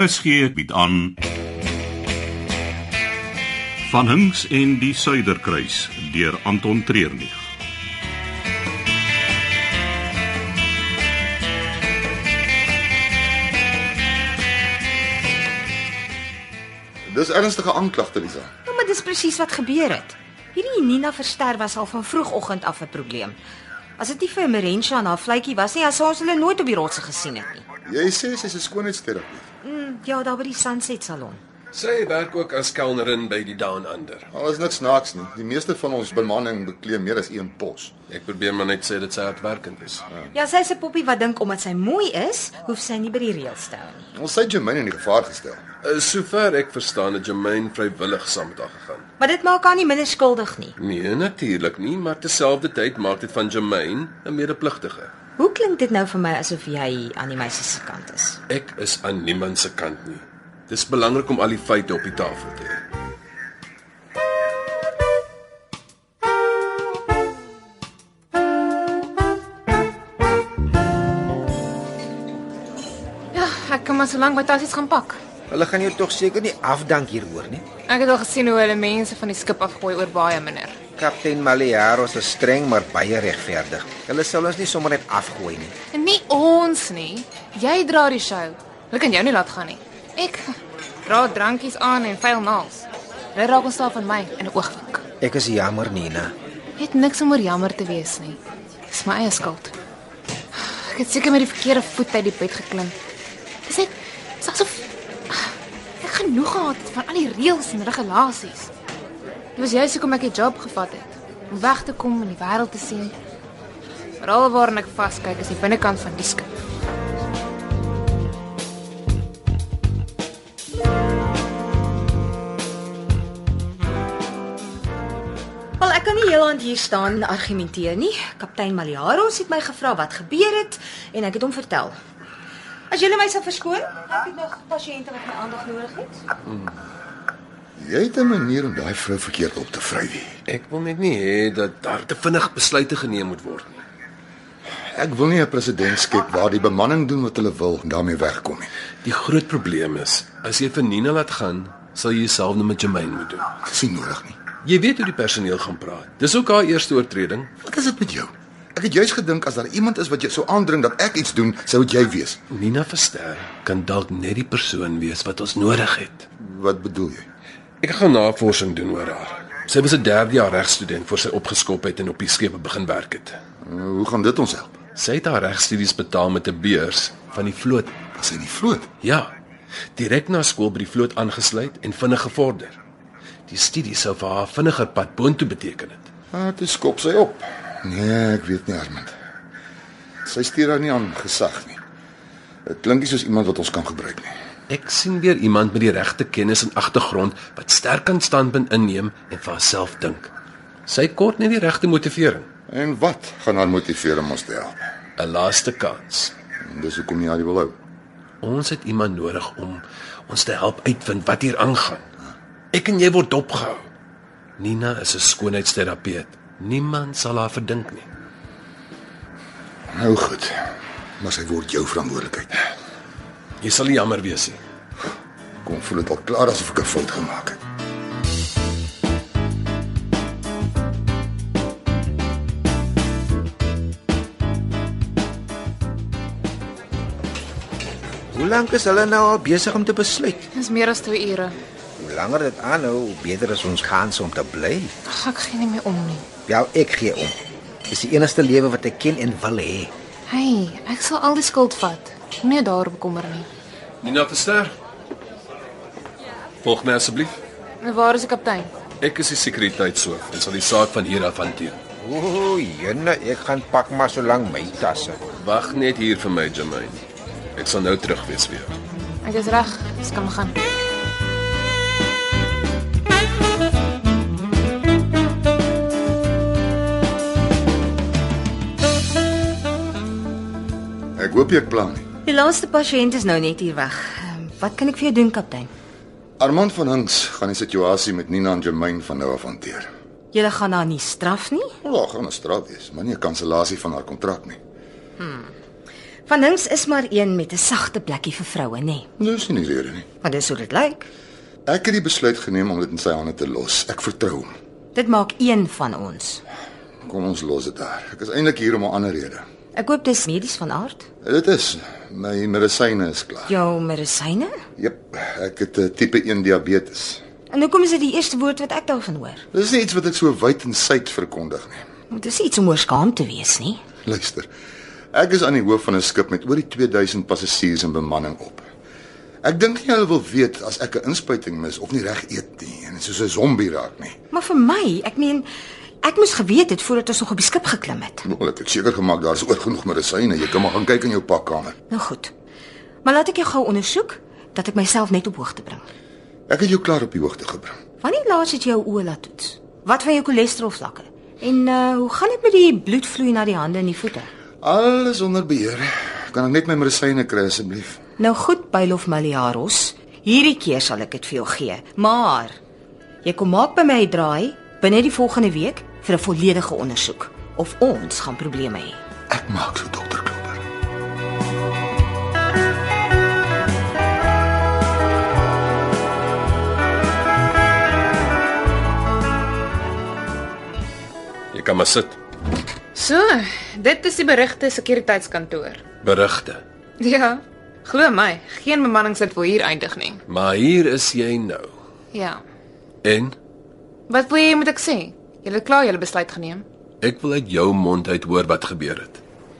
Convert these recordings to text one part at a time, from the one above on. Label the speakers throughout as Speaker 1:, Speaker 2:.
Speaker 1: RSG bied aan Van Hinks en die Suiderkruis deur Anton Treurnig.
Speaker 2: Dis ernstige aanklagte, Lisa.
Speaker 3: Nou, maar dis presies wat gebeur het. Hierdie Nina Verster was al van vroegoggend af 'n probleem. As dit nie vir Merensha en haar vletjie was nie, as ons hulle nooit op die rotse gesien het nie.
Speaker 2: Jy sê sy's 'n skoonheidsterapeut.
Speaker 3: Mm, ja, daar by die Sunset Salon.
Speaker 4: Sy werk ook as kelnerin by die Daan Ander.
Speaker 2: Al is niks snaaks nie. Die meeste van ons bemanning beklee meer as een pos.
Speaker 4: Ek probeer maar net sê dit sy hardwerkend is.
Speaker 3: Ja, sy's 'n poppie wat dink omdat sy mooi is, hoef sy nie by die reëls te hou nie.
Speaker 2: Ons het Germaine in gevaar gestel.
Speaker 4: Uh, Sover ek verstaan het Germaine vrywillig saam met haar gegaan.
Speaker 3: Maar dit maak haar nie minder skuldig nie.
Speaker 4: Nee, natuurlik nie, maar terselfdertyd maak dit van Germaine 'n medepligtige.
Speaker 3: Hoe klink dit nou vir my asof jy aan die meisie se kant is?
Speaker 4: Ek is aan niemand se kant nie. Dis belangrik om al die feite op die tafel te hê.
Speaker 5: Ja, ek kan maar so lank my tassies gaan pak.
Speaker 6: Hulle gaan jou tog seker nie afdank hieroor nie.
Speaker 5: Ek het al gesien hoe hulle mense van die skip afgooi oor baie minder.
Speaker 6: Kaptein Maliaro is streng maar baie regverdig. Hulle sal ons nie sommer net afgooi nie.
Speaker 5: En nie ons nie. Jy dra die show. Hulle kan jou nie laat gaan nie. Ek dra drankies aan en vuil naels. Hulle raak ons daar van my in 'n oogwink.
Speaker 6: Ek is jammer, Nina.
Speaker 5: Het niks om oor jammer te wees nie. Dis my eie skuld. Ek het seker met die verkeerde voet uit die bed geklim. Dis net dis asof ek genoeg gehad het van al die reëls en regulasies. Dit was juist hoekom ek die job gevat het om weg te kom en die wêreld te sien. Maar alwaar ek vaskyk is die binnekant van die skip.
Speaker 3: Wel, ek kan nie heeltyd hier staan en argumenteer nie. Kaptein Maliaros het my gevra wat gebeur het en ek het hom vertel. As julle my sal verskoon, ek het nog pasiënte wat my aandag nodig het.
Speaker 2: Jy het 'n manier om daai vrou verkeerd op te vry.
Speaker 4: Ek wil net nie hê dat daar te vinnig besluite geneem moet word nie.
Speaker 2: Ek wil nie 'n presedent skep waar die bemanning doen wat hulle wil en daarmee wegkom nie.
Speaker 4: Die groot probleem is, as jy vir Nina laat gaan, sal jy jouself net met Germaine moet doen.
Speaker 2: Dis nie nodig nie.
Speaker 4: Jy weet hoe die personeel gaan praat. Dis ook haar eerste oortreding.
Speaker 2: Wat is dit met jou? Ek het juis gedink as daar iemand is wat jou sou aandring dat ek iets doen, sou dit jy wees.
Speaker 4: Nina Verster kan dalk net die persoon wees wat ons nodig het.
Speaker 2: Wat bedoel jy?
Speaker 4: Ek gaan navorsing doen oor haar. Sy was 'n derdejaar regstudent voor sy opgeskop het en op die skepe begin werk het.
Speaker 2: Uh, Hoe gaan dit ons help?
Speaker 4: Sy het haar regstudies betaal met 'n beurs van die vloot.
Speaker 2: Was hy nie vloot?
Speaker 4: Ja. Direk na skool by die vloot aangesluit en vinnig gevorder. Die studie sou vir haar vinniger pad boontoe beteken het.
Speaker 2: Ah, toe skop sy op. Nee, ek weet nie, Armand. Sy stuur haar nie aan gesag nie. Dit klink nie soos iemand wat ons kan gebruik nie.
Speaker 4: Ek sien weer iemand met die regte kennis en agtergrond wat sterk kan standpunt inneem en vir haarself dink. Sy kort net die regte motivering.
Speaker 2: En wat gaan haar motiveer om ons te help?
Speaker 4: 'n Laaste kans.
Speaker 2: En dis hoekom jy haar wil hou.
Speaker 4: Ons het iemand nodig om ons te help uitvind wat hier aangaan. Ek en jy word dopgehou. Nina is 'n skoonheidsterapeut. Niemand sal haar verdink nie.
Speaker 2: Nou goed. Maar sy word jou verantwoordelikheid.
Speaker 4: Jy sal nie jammer wees nie.
Speaker 2: Kom voel dit al klaar asof ek 'n fout gemaak het.
Speaker 6: Hoe lank is hulle nou al besig om te besluit?
Speaker 5: Dis meer as 2 ure.
Speaker 6: Hoe langer dit aanhou, hoe beter is ons kans om te bly.
Speaker 5: Ag, ek gee nie meer om nie.
Speaker 6: Ja, ek gee om. Dis die enigste lewe wat ek ken en wil hê.
Speaker 5: Hey, ek sal al die skuld vat. Moenie daaroor bekommer nie.
Speaker 4: Nina Verster. Volg my asseblief.
Speaker 5: En waar is die kaptein?
Speaker 4: Ek is die sekuriteitshoof en sal die saak van hier af hanteer.
Speaker 6: O, jenne, ek gaan pak maar so lank my tasse.
Speaker 4: Wag net hier vir my, Germaine. Ek sal nou terug wees vir jou.
Speaker 5: Ek is reg. Ons kan gaan.
Speaker 2: Ek hoop jy plan nie.
Speaker 3: Die laaste pasiënt is nou net hier weg. Ehm, Wat kan ek vir jou doen, kaptein?
Speaker 2: Armand van Hinks gaan die situasie met Nina en Germain van nou af hanteer.
Speaker 3: Julle gaan haar nie straf nie.
Speaker 2: Hulle gaan 'n straat wees, maar nie 'n kansellasie van haar kontrak nie.
Speaker 3: Van links is maar een met 'n sagte plekkie vir vroue, nê. Nee.
Speaker 2: Dis nie die rede nie.
Speaker 3: Maar dis hoe dit lyk.
Speaker 2: Ek het die besluit geneem om dit in sy hande te los. Ek vertrou hom.
Speaker 3: Dit maak een van ons.
Speaker 2: Kom ons los dit daar. Ek is eintlik hier om 'n ander rede.
Speaker 3: Ek hoop dis medies van aard.
Speaker 2: Dit is my medisyne is klaar.
Speaker 3: Jou medisyne?
Speaker 2: Jep, ek het eh, tipe 1 diabetes.
Speaker 3: En hoekom is dit die eerste woord wat ek daarvan hoor?
Speaker 2: Dis nie iets wat ek so wyd en suid verkondig nie.
Speaker 3: Dit is iets om oor skaam te wees, nie?
Speaker 2: Luister. Ek is aan die hoof van 'n skip met oor die 2000 passasiers en bemanning op. Ek dink nie hulle wil weet as ek 'n inspuiting mis of nie reg eet nie en soos 'n zombie raak nie.
Speaker 3: Maar vir my, ek meen, ek moes geweet het voordat ons nog op die skip geklim het.
Speaker 2: Wel, ek het seker gemaak daar's oor genoeg medisyne. Jy kan maar gaan kyk in jou pakkamer.
Speaker 3: Nou goed. Maar laat ek jou gou ondersoek dat ek myself net op hoogte bring.
Speaker 2: Ek het jou klaar op die hoogte gebring.
Speaker 3: Wanneer laas het jy jou oë laat toets? Wat van jou cholesterolvlakke? En uh hoe gaan dit met die bloedvloei na die hande en die voete?
Speaker 2: Alles onder beheer. Kan ek net my medisyne kry asseblief?
Speaker 3: Nou goed, Bylof Maliaros, hierdie keer sal ek dit vir jou gee, maar jy kom maak by my 'n draai binne die volgende week vir 'n volledige ondersoek of ons gaan probleme hê.
Speaker 2: Ek maak so dokter Klopper.
Speaker 4: Jy kan maar sit.
Speaker 5: So, dit is die berigte sekuriteitskantoor.
Speaker 4: Berigte.
Speaker 5: Ja. Glo my, geen bemanning sit wil hier eindig nie.
Speaker 4: Maar hier is jy nou.
Speaker 5: Ja.
Speaker 4: En
Speaker 5: Wat wil jy moet ek sê? Julle het klaar julle besluit geneem.
Speaker 4: ek wil uit jou mond uit hoor wat gebeur het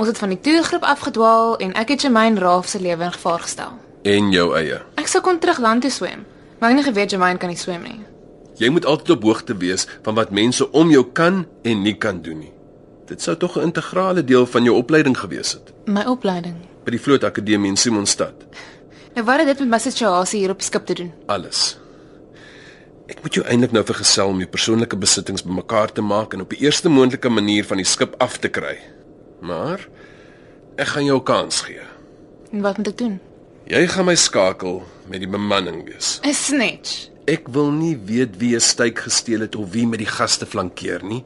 Speaker 5: Ons het van die toergroep afgedwaal en ek het Jermaine Raaf se lewe in gevaar gestel.
Speaker 4: en jou eie.
Speaker 5: Ek sou kon terug land toe swem, maar ek het nie geweet Jermaine kan nie swem nie.
Speaker 4: Jy moet altyd op hoogte wees van wat mense om jou kan en nie kan doen nie. Dit sou tog 'n integrale deel van jou opleiding gewees het
Speaker 5: My opleiding.
Speaker 4: by die Vloot Akademie in Simonstad.
Speaker 5: Nou wat het dit met my situasie hier op die skip te doen?
Speaker 4: Alles. Ek moet jou eintlik nou vergesel om jou persoonlike besittings bymekaar te maak en op die eerste moontlike manier van die skip af te kry. Maar ek gaan jou 'n kans gee.
Speaker 5: En wat moet ek doen?
Speaker 4: Jy gaan my skakel met die bemanning wees.
Speaker 5: 'n Snatch.
Speaker 4: Ek wil nie weet wie 'n styk gesteel het of wie met die gaste flankeer nie.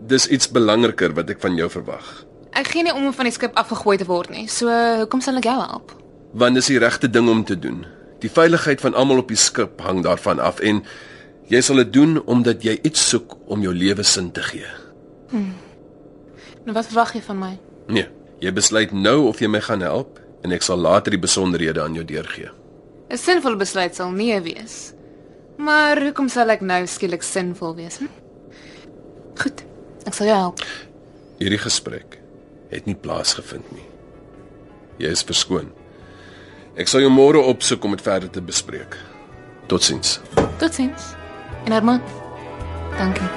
Speaker 4: Dis iets belangriker wat ek van jou verwag.
Speaker 5: Ek gee nie om om van die skip afgegooi te word nie. So, hoekom sal ek jou help?
Speaker 4: Want dis die regte ding om te doen. Die veiligheid van almal op die skip hang daarvan af en jy sal dit doen omdat jy iets soek om jou lewe sin te gee.
Speaker 5: Nou wat verwag jy van my?
Speaker 4: Nee, jy besluit nou of jy my gaan help en ek sal later die besonderhede aan jou deurgee.
Speaker 5: 'n Sinvolle besluit sal nee wees. Maar hoekom sal ek nou skielik sinvol wees? Hm? Goed. Ek sal jou help.
Speaker 4: Hierdie gesprek het nie plaasgevind nie. Jy is verskoon. Ek sal jou môre opsoek om dit verder te bespreek. Totsiens.
Speaker 5: Totsiens. En Armand. Dankie.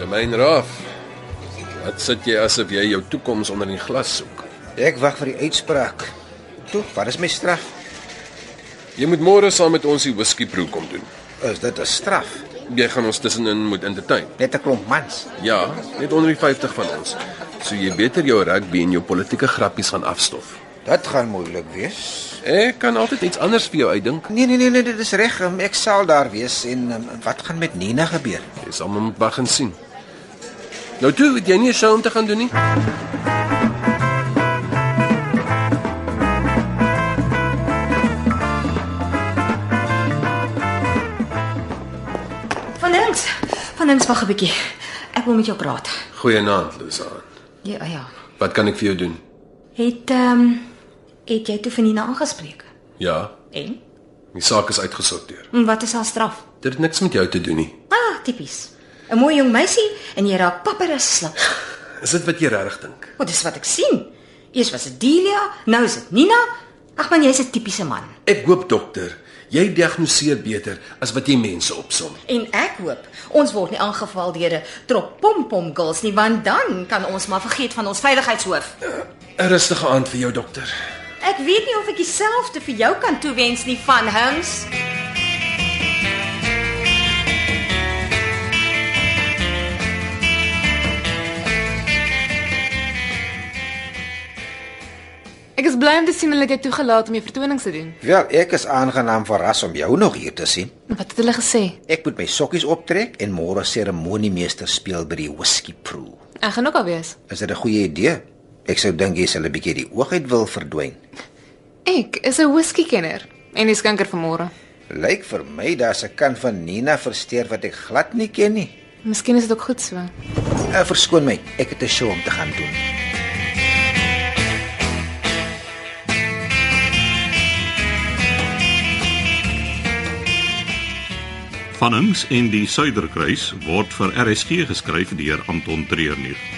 Speaker 4: Jermaine Raaf. Wat sit jy asof jy jou toekoms onder die glas soek?
Speaker 6: Ek wag vir die uitspraak. Toe, wat is my straf?
Speaker 4: Jy moet môre saam met ons die whisky proe kom doen.
Speaker 6: Is dit 'n straf?
Speaker 4: Jy gaan ons tussenin moet entertain.
Speaker 6: Net 'n klomp mans.
Speaker 4: Ja, net onder die 50 van ons. So jy beter jou rugby en jou politieke grappies gaan afstof.
Speaker 6: Dit gaan moeilik wees.
Speaker 4: Ek kan altyd iets anders vir jou uitdink.
Speaker 6: Nee nee nee, nee dit is reg. Ehm, Ek sal daar wees en ehm, wat gaan met Nina gebeur?
Speaker 4: Jy sal maar moet wag en sien. Nou toe, het jy nie 'n show om te gaan doen nie?
Speaker 3: Van links. Van links wag 'n bietjie. Ek wil met jou praat.
Speaker 4: Goeienaand, Luzaan.
Speaker 3: Ja, ja.
Speaker 4: Wat kan ek vir jou doen?
Speaker 3: Het ehm um, het jy toe van Nina aangespreek?
Speaker 4: Ja,
Speaker 3: En?
Speaker 4: die saak is uitgesorteer.
Speaker 3: En wat is haar straf?
Speaker 4: Dit het niks met jou te doen nie.
Speaker 3: Ah, tipies. 'n Mooi jong meisie en jy raak papperas slap.
Speaker 4: Is dit wat jy regtig dink?
Speaker 3: Wat is wat ek sien? Eers was dit Delia, nou is dit Nina. Ag man, jy's 'n tipiese man.
Speaker 4: Ek hoop dokter, jy diagnoseer beter as wat jy mense opsom.
Speaker 3: En ek hoop ons word nie aangeval deur 'n trop pompom girls nie, want dan kan ons maar vergeet van ons veiligheidshoof.
Speaker 4: 'n Rustige aand vir jou dokter.
Speaker 3: Ek weet nie of ek dieselfde vir jou kan toewens nie van Hinks.
Speaker 5: Ek is bly bly om te sien hulle het jou toegelaat om jou vertonings te doen.
Speaker 6: Wel, ek is aangenaam verras om jou nog hier te sien.
Speaker 5: Wat het hulle gesê?
Speaker 6: Ek moet my sokkies optrek en môre seremoniemeester speel by die whisky proe.
Speaker 5: Ek gaan ook al wees.
Speaker 6: Is dit 'n goeie idee? Ek sou dink jy sal 'n bietjie die oog uit wil verdwyn.
Speaker 5: Ek is 'n whisky kenner en die skinker van môre.
Speaker 6: Lyk vir my daar's 'n kant van Nina versteur wat ek glad nie ken nie.
Speaker 5: Miskien is dit ook goed so.
Speaker 6: Uh, verskoon my, ek het 'n show om te gaan doen.
Speaker 1: Van Hinks en die Suiderkruis word vir RSG geskryf deur Anton Treurnig.